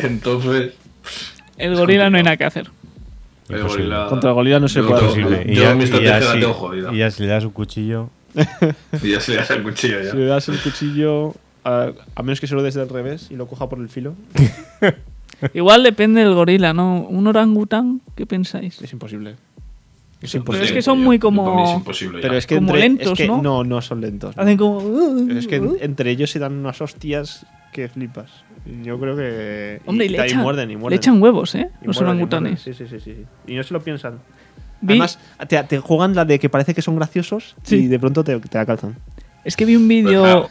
Entonces,
El gorila no hay nada que hacer.
el
Imposible.
gorila.
Contra el gorila no se
Yo-
puede hacer
Yo,
Imposible.
yo mi estrategia
ya
la
si-
tengo jodida.
y
Y
ya si le das un cuchillo.
ya se le hace el cuchillo ya.
Si le das el cuchillo, a, a menos que se lo des del revés y lo coja por el filo,
Igual depende del gorila, ¿no? ¿Un orangután? ¿Qué pensáis?
es imposible. Es
No
Pero es
imposible.
tienen
que son
cuello.
muy como-
Para mí es imposible.
Pero
ya.
es que
Como
entre,
lentos,
es que-
¿no?
No, no son lentos. no.
Hacen como...
uh,
(laughs)
Pero Es que en- entre ellos se dan unas hostias que flipas. Yo creo que.
Hombre, y,
da-
le, echan,
muerden, y muerden.
le echan huevos, ¿eh?
Y
Los
muerden, y muerden.
orangutanes.
Sí, sí, sí, sí. sí. Y no se lo piensan.
Vi-
Además, te, te juegan la de que parece que son graciosos
Sí.
y de pronto te, te la calzan.
es que vi un
pues
vídeo.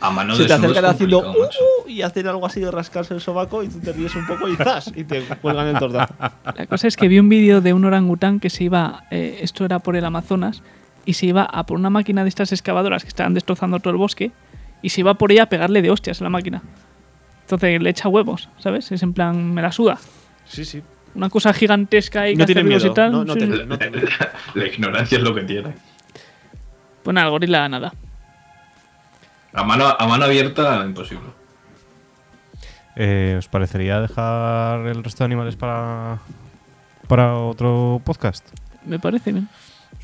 A mano
se
de
te acercan haciendo
complicado, macho.
"Uh", y hacen algo así de rascarse el sobaco y tú te ríes un poco y ¡zas! y (laughs) te cuelgan el tortazo.
La cosa es que vi un vídeo de un orangután que se iba, eh, esto era por el Amazonas, y se iba a por una máquina de estas excavadoras que estaban destrozando todo el bosque, y se iba por ella a pegarle de hostias a la máquina. Entonces le echa huevos, ¿sabes? Es en plan, me la suda.
Sí, sí.
Una cosa gigantesca y
No
que hace
tiene
ruidos
miedo,
y tal.
no- no
sí,
te-
sí.
no te- uh.
(laughs) La ignorancia es lo que tiene.
Pues nada, el gorila nada.
A mano, a mano abierta, imposible.
Eh, ¿Os parecería dejar el resto de animales para, para otro podcast?
Me parece bien.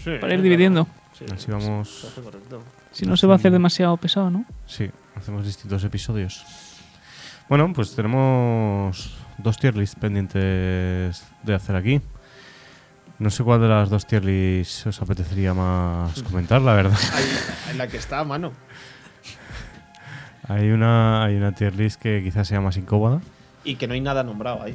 Sí,
Para ir dividiendo.
Así vamos.
Si no se va a hacer
Mm.
demasiado pesado, ¿no?
Sí, hacemos distintos episodios. Bueno, pues tenemos dos tier lists pendientes de hacer aquí. No sé cuál de las dos tier lists os apetecería más comentar, la verdad. (laughs)
En la que está a mano.
Hay una, hay una tier list que quizás sea más incómoda.
Y que no hay nada nombrado ahí.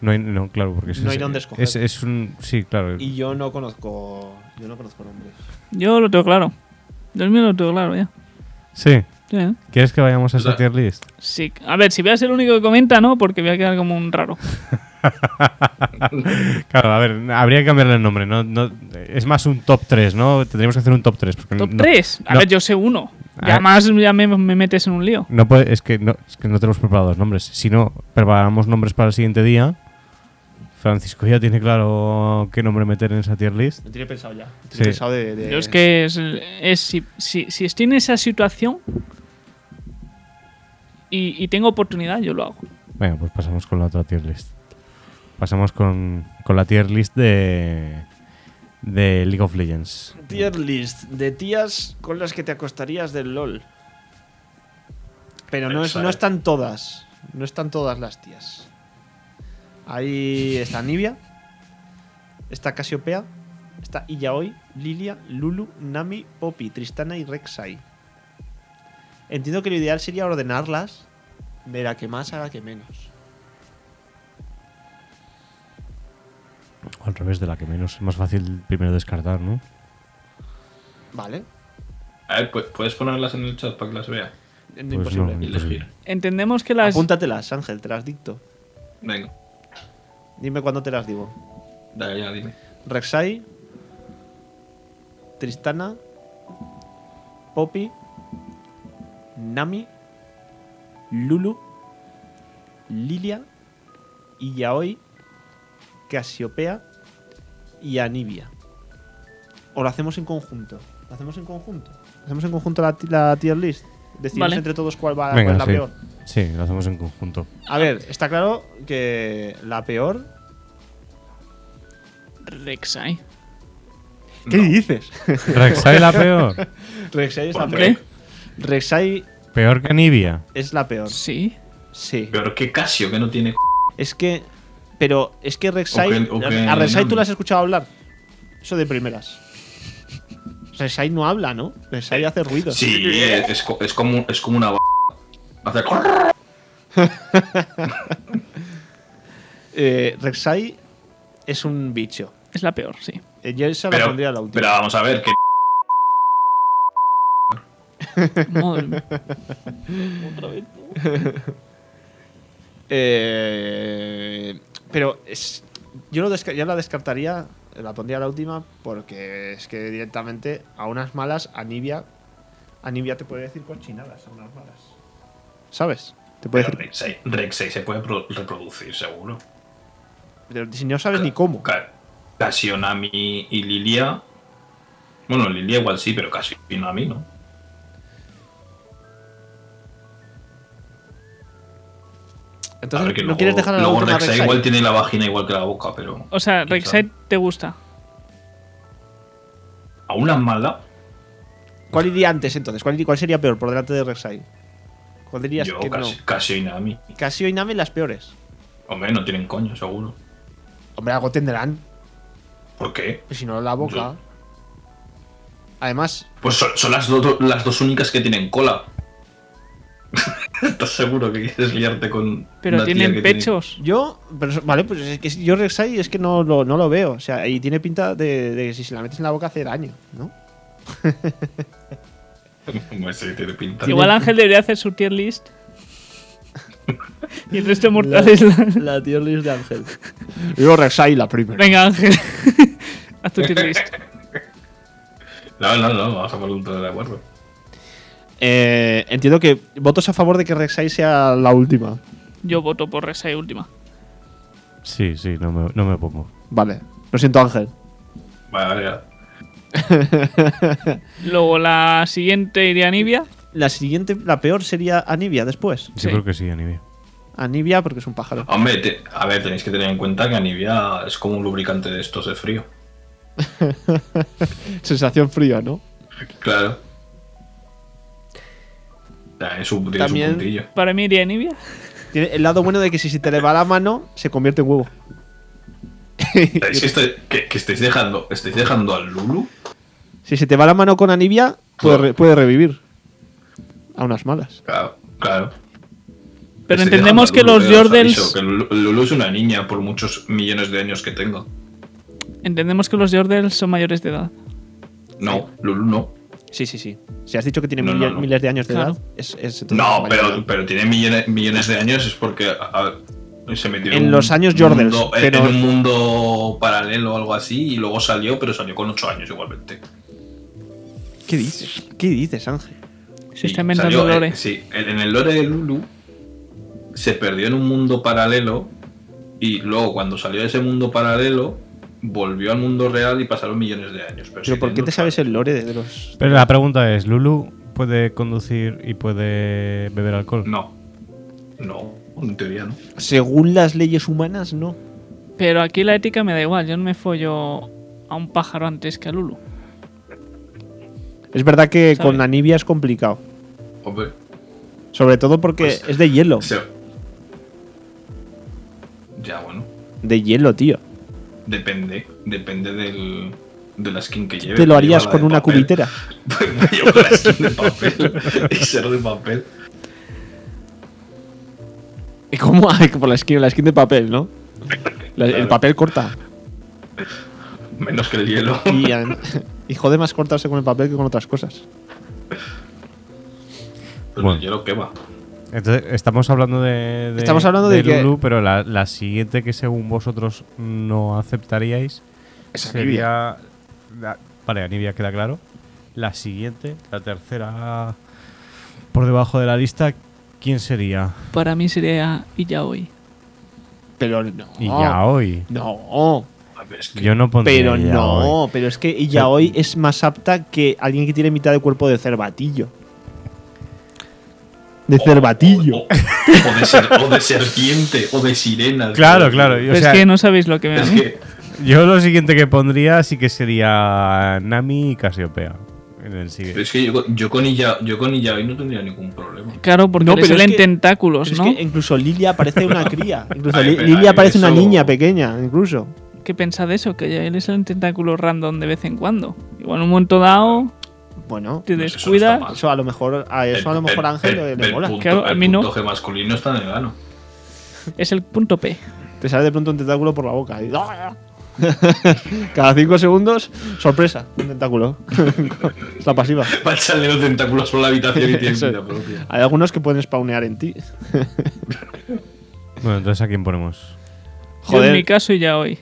No, hay- no claro, porque es,
No hay
es-
dónde escoger.
Es, es un, sí, claro.
Y yo no conozco. Yo no conozco nombres.
Yo lo tengo claro. Yo el mío lo tengo claro ya.
Sí,
Sí, ¿eh?
¿quieres que vayamos a
O
esa
sea-
tier list?
Sí. A ver, si voy a ser el único que comenta, ¿no? Porque voy a quedar como un raro.
Claro, a ver, habría que cambiarle el nombre. No, no- es más un top 3, ¿no? Tendríamos que hacer un top 3. Porque
Top
Mm, no-
3. A
no. Ah.
ver, yo sé uno.
A
Y
ver.
además ya me, me metes en un lío.
No puede- es, que no, es que no tenemos preparados nombres. Si no preparamos nombres para el siguiente día, Francisco ya tiene claro qué nombre meter en esa tier list.
No tiene pensado ya. Tiene
Sí.
pensado de, de-
Yo es que es, es si, si- si estoy en esa situación y, y tengo oportunidad, yo lo hago.
Venga, pues pasamos con la otra tier list. Pasamos con, con la tier list de, de League of Legends.
Tier list de tías con las que te acostarías del LOL. Pero no, es, no están todas. No están todas las tías. Ahí está Nibia. Está Casiopea. Está Illaoi, Lilia, Lulu, Nami, Poppy, Tristana y Rek'Sai. Entiendo que lo ideal sería ordenarlas de la que más a la que menos.
O al revés de la que menos. Es más fácil primero descartar, ¿no?
¿Vale?
A ver, pu- ¿puedes ponerlas en el chat para que las vea?
Es
Pues
imposible.
Y
no.
elegir.
Entendemos que las.
Apúntatelas, Ángel, te las dicto.
Venga,
Dime cuándo te las digo.
dale, ya, dime.
Rek'Sai, Tristana, Poppy, Nami, Lulu, Lilia, Illaoi, Casiopea y Anivia. ¿O lo hacemos en conjunto? ¿Lo hacemos en conjunto? ¿Hacemos en conjunto la, ti- la tier list? Decidimos
Vale.
entre todos cuál va cuál
Venga,
es Ah, pues la
sí.
peor.
Sí, lo hacemos en conjunto.
A ver, está claro que la peor.
Rek'Sai.
¿Qué dices?
¿Rek'Sai la peor?
(laughs) Rek'Sai es la
¿Por
qué?
peor. Rek'Sai
¿Peor que Nibia?
es la peor.
Sí.
Sí.
Pero que Casio, que no tiene. c-
Es que. Pero es que Rek'Sai.
O que- o que
a Rek'Sai tú
no.
la has escuchado hablar. Eso de primeras. Rek'Sai no habla, ¿no? Rek'Sai hace ruidos.
Sí, es, es co- es como, es como una. b- Hace.
Eh, Rek'Sai es un bicho.
Es la peor,
(laughs)
sí.
Eh, Yo esa la
Pero,
pondría la última.
pero vamos a ver, que
Madre mía.
Eh, pero es- yo, lo desca- yo la descartaría, la pondría la última, porque es que directamente a unas malas, a Nibia, a Nibia te puede decir cochinadas, a unas malas. ¿Sabes? Te puede
Pero
decir.
Rek'Sai- Rek'Sai se puede pro- reproducir, seguro.
pero si no sabes ni cómo.
Ca- Casionami y Lilia. Bueno, Lilia igual sí, pero Casionami no. A
Entonces,
ver, que
¿no
luego-
quieres dejar a la
luego
última
Rek'Sai
Rek'Sai?
igual tiene la vagina igual que la boca, pero.
O sea, Rek'Sai te gusta.
A una mala,
¿Cuál iría antes entonces? ¿Cuál, cuál sería peor por delante de Rek'Sai? ¿Cuál dirías
yo
que
casi,
no?
casi Inami.
Casio y Nami las peores.
Hombre, no tienen coño, seguro.
Hombre, algo tendrán,
¿Por qué?
pues si no la boca.
Yo-
Además,
Pues son, son las, do- do- las dos únicas que tienen cola. (laughs) ¿Estás seguro que quieres liarte con.
Pero
una tía
tienen
que tiene- (laughs)
pechos.
Yo, pero, es- vale, pues es que yo Rek'Sai es que no lo, no lo veo. O sea, y tiene pinta de, de que si se la metes en la boca hace daño, ¿no?
Hombre, sí, tiene pinta.
Igual Ángel debería hacer su tier
(laughs)
list. y el resto de mortales. la-
La tier list de Ángel.
(laughs) Yo Rek'Sai la primera.
Venga, Ángel. (laughs) Haz tu tier list.
No, no, no, vamos a poner un tono de acuerdo.
Eh, entiendo que votos a favor de que Rek'Sai sea la última.
Yo voto por Resai última.
Sí, sí, no me, no me pongo.
Vale. Lo siento, Ángel.
Vale, ya.
Luego la siguiente iría Nibia.
La siguiente, la peor sería Anivia después.
Sí.
Yo creo que sí, Anivia.
Anivia porque es un pájaro.
Hombre, te- a ver, tenéis que tener en cuenta que Anivia es como un lubricante de estos de frío.
Sensación fría, ¿no?
Claro. O sea, es un, tiene
También-
su puntillo.
Para mí iría Nibia.
Tiene el lado bueno de que si se te le va la mano, se convierte en huevo.
Es que, estoy- que- que estáis dejando, estáis dejando al Lulu.
Si se te va la mano con Anivia, puede, re- puede revivir. A unas malas.
Claro, claro. Estáis
Pero
dejando
entendemos que
al Lulu,
los
ya os aviso,
Jordels.
que Lulu Lulu es una niña por muchos millones de años que tenga.
Entendemos que los Jordels son mayores de edad.
No, Lulu no.
Sí, sí, sí. Si has dicho que tiene
No, no,
mille-
no.
miles de años de
Claro.
edad, es, es-
No,
vale,
pero,
vale.
pero tiene millones, millones de años es porque a- a- se metió
En
un
los años Jordans,
mundo- en-
pero-
en un mundo paralelo o algo así y luego salió, pero salió con 8 años igualmente.
¿Qué dices? ¿Qué dices, Ángel?
Se
Y
está inventando
salió, eh,
lore.
sí, en en el lore de Lulu se perdió en un mundo paralelo y luego cuando salió de ese mundo paralelo volvió al mundo real y pasaron millones de años. Pero,
¿Pero por qué te sabes el lore de, de los.?
Pero la pregunta es, ¿Lulu puede conducir y puede beber alcohol?
No, no, en teoría no.
Según las leyes humanas, no.
Pero aquí la ética me da igual. Yo no me follo a un pájaro antes que a Lulu.
Es verdad que
¿Sabe?
con Anivia es complicado.
Hombre,
Sobre todo porque
Pues-
es de hielo.
se- Ya bueno,
De hielo, tío.
depende, depende del, de la skin que lleve.
Te lo
Lleva
harías
la
con
de
una
papel. (laughs)
cubitera.
Llevo la skin de papel y ser de papel.
¿Y cómo? (laughs) Ay, que por la skin, la skin de papel, ¿no? La- El
Claro.
papel corta.
Menos que el hielo.
Y, adem- y jode más cortarse con el papel que con otras cosas.
Pero
Bueno.
el hielo quema.
Entonces, estamos hablando de, de-
Estamos hablando de que-
Lulu, pero la, la siguiente que según vosotros no aceptaríais sería... la- vale, Anivia queda claro. La siguiente, la tercera por debajo de la lista, ¿quién sería?
Para mí sería Illaoi.
Pero no.
Y ya hoy.
No.
A ver, es que-
Yo no pondría
Ah. Pero
ya hoy.
no. Pero es que ya hoy es más apta que alguien que tiene mitad de cuerpo de cervatillo. De cervatillo.
O, o de ser- o de serpiente, o de sirena.
Claro, claro. y- o
Pero
sea,
es que no sabéis lo que me da.
Es
a mí.
que,
Yo lo siguiente que pondría sí que sería Nami y Casiopea. En el
pero
sigue.
es que yo, yo con ella, yo con ella hoy no tendría ningún problema.
Claro, porque
No,
le
pero es
salen
que-
tentáculos,
Pero
¿no?
Es que incluso Lilia parece
(laughs)
una cría. Incluso
Ay,
Li-
pero
Lilia
ahí
parece una
eso-
niña pequeña, incluso.
¿Qué pensad de eso? Que ya le salen tentáculos random de vez en cuando. Igual en un momento dado
Bueno,
te
No, eso no está
descuidas.
mal.
eso a lo mejor a eso a lo mejor a Ángel le- le mola.
Punto,
Claro, a
el
mí no.
punto G masculino está en el ano.
Es el punto P.
Te sale de pronto un tentáculo por la boca. y- ¡ah! (laughs) Cada cinco segundos, sorpresa, un tentáculo. (laughs) es la pasiva.
(laughs) Va echarle los tentáculos por la habitación
(laughs)
y tiene
Eso es.
vida propia.
Hay algunos que pueden spawnear en ti.
Bueno, entonces ¿a quién ponemos?
Yo en
Joder.
mi caso ya hoy.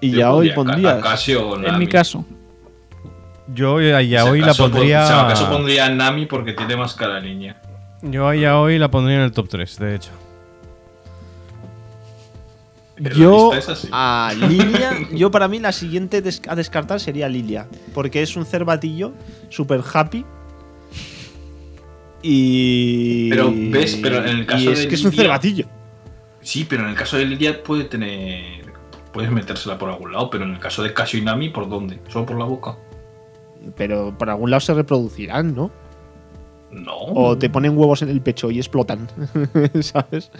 Y
Yo
ya hoy
a- a
pondrías.
Casio o
En
Nami.
mi caso.
Yo a
Si
Yaoi la
acaso pon-
pondría.
si acaso pondría pues, a Nami porque tiene más cara niña.
Yo a Yaoi la pondría en el top 3, de hecho.
Pero
Yo
la lista es así. (laughs)
a Lilia, yo para mí la siguiente des- a descartar sería Lilia, porque es un cervatillo super happy. Y
Pero, ¿ves? Pero en el caso
y es
de
que es un
Lilia-
cervatillo.
Sí, pero en el caso de Lidia puede tener. Puedes metérsela por algún lado, pero en el caso de Casio y Nami, ¿por dónde? ¿Solo por la boca?
Pero por algún lado se reproducirán, ¿no?
No.
O te ponen huevos en el pecho y explotan, (laughs) ¿sabes?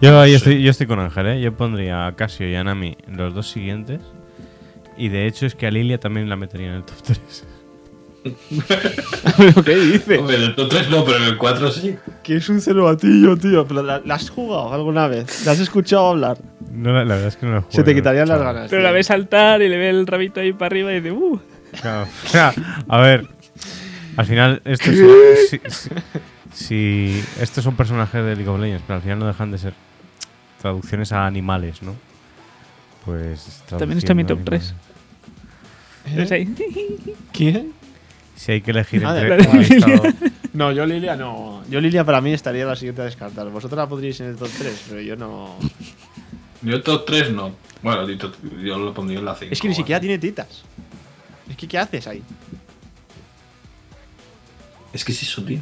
Yo, ahí
Sí.
estoy, yo estoy con Ángel, ¿eh? Yo pondría a Casio y a Nami los dos siguientes. Y de hecho es que a Lilia también la metería en el top 3.
¿Pero qué dices?
Hombre, en el 3 no, pero en el 4 sí.
Que es un cerobatillo, tío. Pero la, la has jugado alguna vez. La has escuchado hablar.
(laughs) No, la, la verdad es que no la juego.
Se te quitarían las
Claro.
ganas.
Pero
tío.
la ve saltar y le ve el rabito ahí para arriba y dice, ¡uh!
Claro. (laughs) O sea, a ver, al final, esto
(laughs)
es- si, si- si- estos son personajes de League of Legends, pero al final no dejan de ser traducciones a animales, ¿no? Pues.
También está en mi
traduciendo
top tres.
animales.
Es ahí.
¿Eh? ¿Quién?
Si hay que elegir
Ah, de
entre.
la de
un listado- (laughs)
No, yo Lilia no. Yo Lilia para mí estaría la siguiente a descartar. Vosotros la podríais en el top 3, pero yo no.
Yo el top 3 no. Bueno, el top- yo lo pondría en la 5.
Es que ni siquiera tiene titas. Es que, ¿qué haces ahí?
Es que es eso, tío.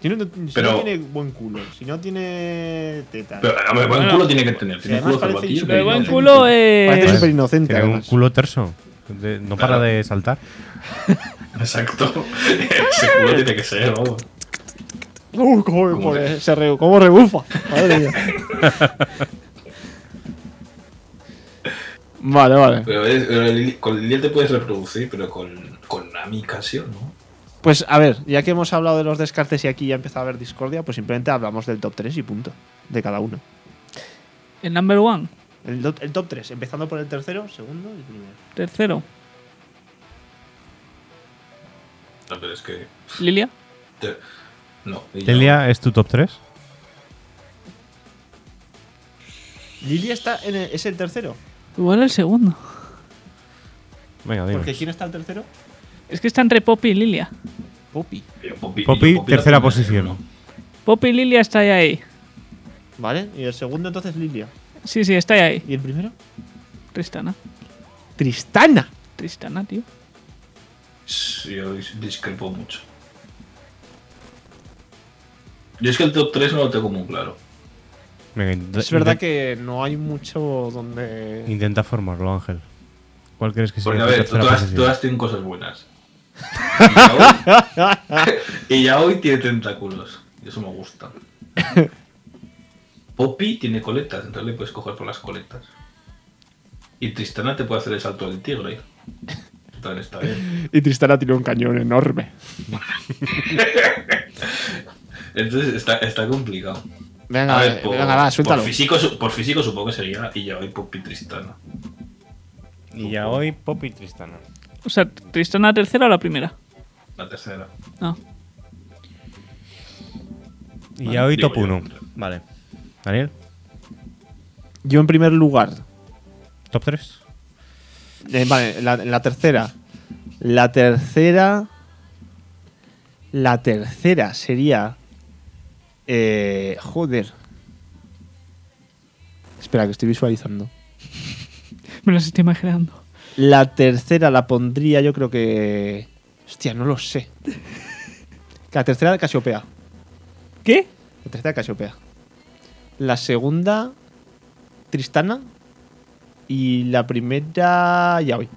Tiene un- si
Pero-
no tiene buen culo, si no tiene tetas.
Pero, a ver, buen
Bueno.
culo tiene que tener. Tiene
Sí,
un culo
además parece
zapatillo.
Pero
Pero
buen
no.
culo
Parece
es.
súper inocente.
Tiene un
además.
culo terso. de- no para
Claro.
de saltar.
(laughs) Exacto. Ese culo tiene que ser, vamos.
Uh, cómo,
¿Cómo
cómo
que?
se re- cómo rebufa. Madre mía. (laughs) vale, vale.
Pero, es- pero el- con Lilia te puedes reproducir, pero con, con Nami casi, ¿o ¿no?
Pues a ver, ya que hemos hablado de los descartes y aquí ya empieza a haber discordia, pues simplemente hablamos del top 3 y punto. De cada uno.
El number one,
El, do- el top 3, empezando por el tercero, segundo y primero.
tercero.
No, pero es que.
Lilia.
te- no. y yo-
Delia, ¿es tu top 3?
Lilia está en el- es el tercero.
Igual el segundo.
Venga, dime.
Porque ¿quién está el tercero?
Es que está entre Poppy y Lilia.
Poppy.
yo Poppy,
Poppy,
yo Poppy la
tercera
pondría
posición.
en uno.
Poppy y Lilia está ahí, ahí.
Vale, y el segundo entonces Lilia.
Sí, sí, está ahí, ahí.
¿Y el primero?
Tristana.
Tristana.
Tristana, tío.
Sí, Yo discrepo mucho. Yo es que el top 3 no lo tengo muy claro.
Venga, intenta-
Es verdad
inten-
que no hay mucho donde...
Intenta formarlo, Ángel. ¿Cuál crees que sea
Porque, a
tu
ver,
tercera
todas,
posición?
todas tienen cosas buenas. (laughs) Y ya hoy- (laughs) y ya hoy tiene tentáculos. Y eso me
(laughs)
gusta. Poppy tiene coletas, entonces le puedes coger por las coletas. Y Tristana te puede hacer el salto del tigre. Eso También está bien.
Y Tristana tiene un cañón enorme.
Entonces está, está complicado.
Venga,
A ver,
eh, venga, va, suéltalo.
Por físico, su- por físico supongo que sería y ya hoy Poppy Tristana.
Y ya hoy, Poppy y Tristana.
O sea, Tristana tercera o la primera.
La
(laughs)
tercera.
No.
Y ya hoy,
Digo
top
yo.
1. Vale. Daniel,
Yo en primer lugar.
top 3.
Eh, vale, en la, en la tercera. La tercera. La tercera sería. Eh, joder. Espera, que estoy visualizando.
Me las estoy imaginando.
La tercera la pondría, yo creo que. Hostia, no lo sé. La tercera de Casiopea.
¿Qué?
La tercera Casiopea. La segunda, Tristana. Y la primera, ya voy.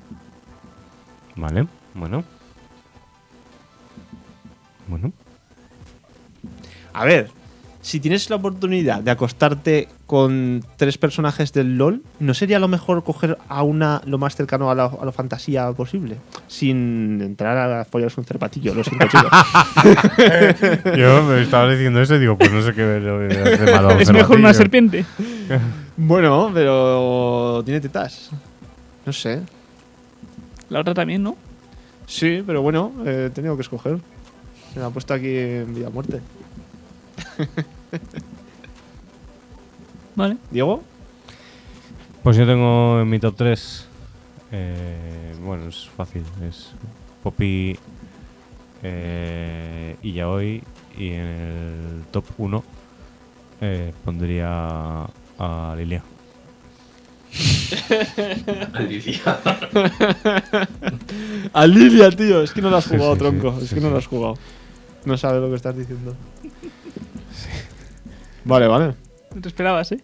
Vale, bueno. Bueno,
A ver, si tienes la oportunidad de acostarte con tres personajes del LOL, ¿no sería lo mejor coger a una lo más cercano a la, a la fantasía posible? Sin entrar a follarse un cerpatillo, lo siento, chicos.
yo me estaba diciendo eso y digo, pues no sé qué de (laughs) malo.
Es mejor una serpiente.
bueno, pero tiene tetas. No sé.
La otra también, ¿no?
Sí, pero bueno, eh, he tenido que escoger. Me la ha puesto aquí en vida o muerte.
Vale.
¿Diego?
Pues yo tengo en mi top 3. bueno, es fácil. Es Poppy eh, y ya hoy. Y en el top 1 pondría a Lilia.
Alicia.
(laughs) A Lilia, tío. Es que no la has jugado,
sí,
tronco.
sí,
es
sí,
que no
sí.
la has jugado. No sabe lo que estás diciendo. Vale, vale.
No te esperabas, ¿eh?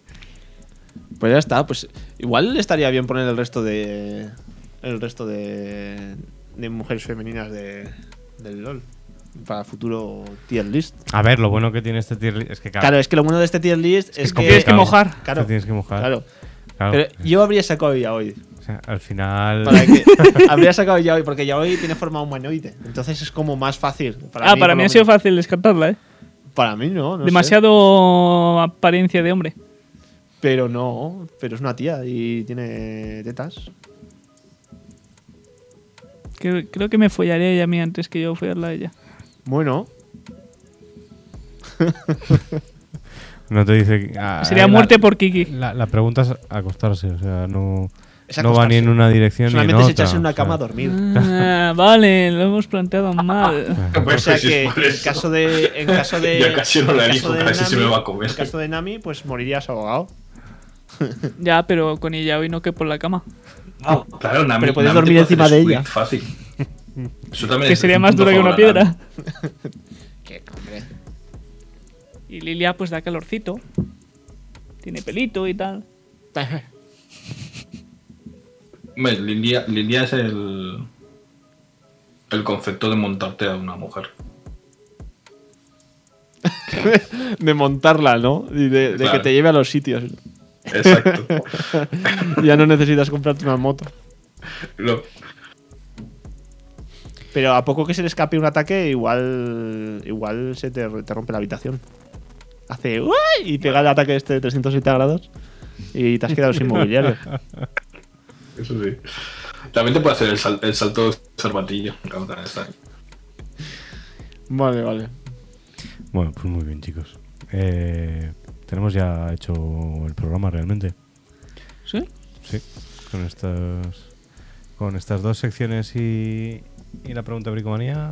Pues ya está, pues igual estaría bien poner el resto de. El resto de. de mujeres femeninas de, del LOL. Para futuro tier list.
A ver, lo bueno que tiene este tier li- es que
Claro, es que lo bueno de este tier list es, que.
tienes que mojar.
Claro.
Te tienes que mojar.
Claro.
Ah.
Claro.
Pero yo habría sacado ya hoy.
Sí. Al final.
Para
(laughs)
que habría sacado Yaoi, porque Yaoi tiene forma humanoide. Entonces es como más fácil. Para
ah,
mí,
para
por
mí
lo
ha sido
menos.
fácil descartarla, ¿eh?
Para mí no, no sé.
Demasiado apariencia de hombre.
Pero no, pero es una tía y tiene tetas.
Que- creo que me follaría ella a mí antes que yo follarla a ella.
Bueno,
No te dice. que- ah,
Sería
la-
muerte por Kiki.
La, la pregunta es acostarse, o sea, no,
Es
no va ni
acostarse.
en una dirección ni en
solamente
otra.
es echarse en una
o sea.
cama a dormir.
Ah, vale, lo hemos planteado mal.
(laughs) Bueno,
O Pues sea
Pues si es
que
por
en
eso.
caso de. En caso de
(laughs) Ya casi no la
en
elijo,
caso de
casi se
Nami-
me va a comer.
En caso de Nami, pues morirías ahogado.
Ya, pero con ella hoy no que por la cama.
No, claro, Nami-
Pero puedes
Nami te
dormir
puede
encima
hacer
de
split
ella.
Fácil. Eso también
Que
es
sería
un
más
punto
dura que una
favorable.
piedra.
Que,
(laughs)
hombre.
Y Lilia pues da calorcito. Tiene pelito y tal.
Hombre, Lilia, Lilia es el, el concepto de montarte a una mujer.
De montarla, ¿no? Y de, de que
Claro.
te lleve a los sitios.
Exacto.
Ya no necesitas comprarte una moto.
Lo-
Pero a poco que se le escape un ataque, igual igual se te, te rompe la habitación. Hace ¡guay! y pega el ataque este de 360 grados y te has quedado sin mobiliario.
eso sí. También te puede hacer el, sal- el salto de cervatillo. Claro, también está.
(laughs) Vale, vale.
Bueno, pues muy bien, chicos. Eh, tenemos ya hecho el programa realmente.
¿Sí?
Sí, con estas, con estas dos secciones y, y la pregunta bricomanía,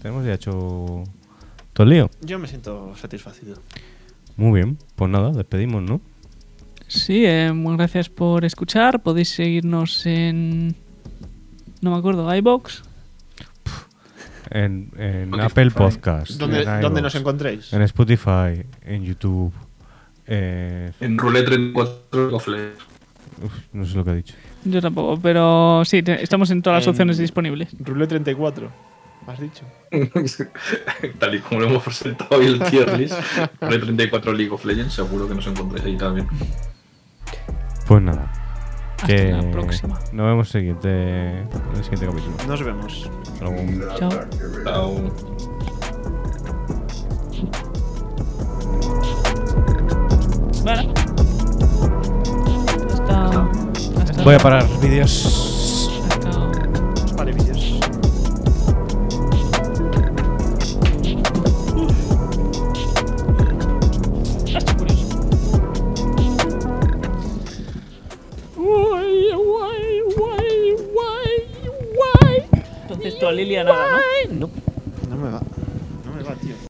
tenemos ya hecho todo el lío.
Yo me siento satisfacido.
Muy bien, pues nada, despedimos, ¿no?
Sí, eh, muchas gracias por escuchar. Podéis seguirnos en... No me acuerdo, iBox.
En, en
Spotify.
Apple Podcast,
¿Dónde,
en iVoox,
dónde nos encontréis?
en Spotify, en YouTube, eh,
En Roulette 34 cofle.
uf, no sé lo que ha dicho.
Yo tampoco, pero sí, te- estamos en todas las
En-
opciones disponibles.
Rule 34, has dicho.
(laughs) Tal y como lo hemos presentado hoy el tier list. Roulette 34 League of Legends. Seguro que nos encontréis ahí también.
Pues nada.
Hasta
que
la próxima.
Nos vemos siguiente, en el siguiente capítulo.
Nos vemos.
Hasta luego.
Chao.
Chao.
Vale. Hasta... hasta-
Voy a parar vídeos.
hasta-
Vale, vídeos.
Entonces tú a Lilia nada, ¿no?
No me va. No me va, tío.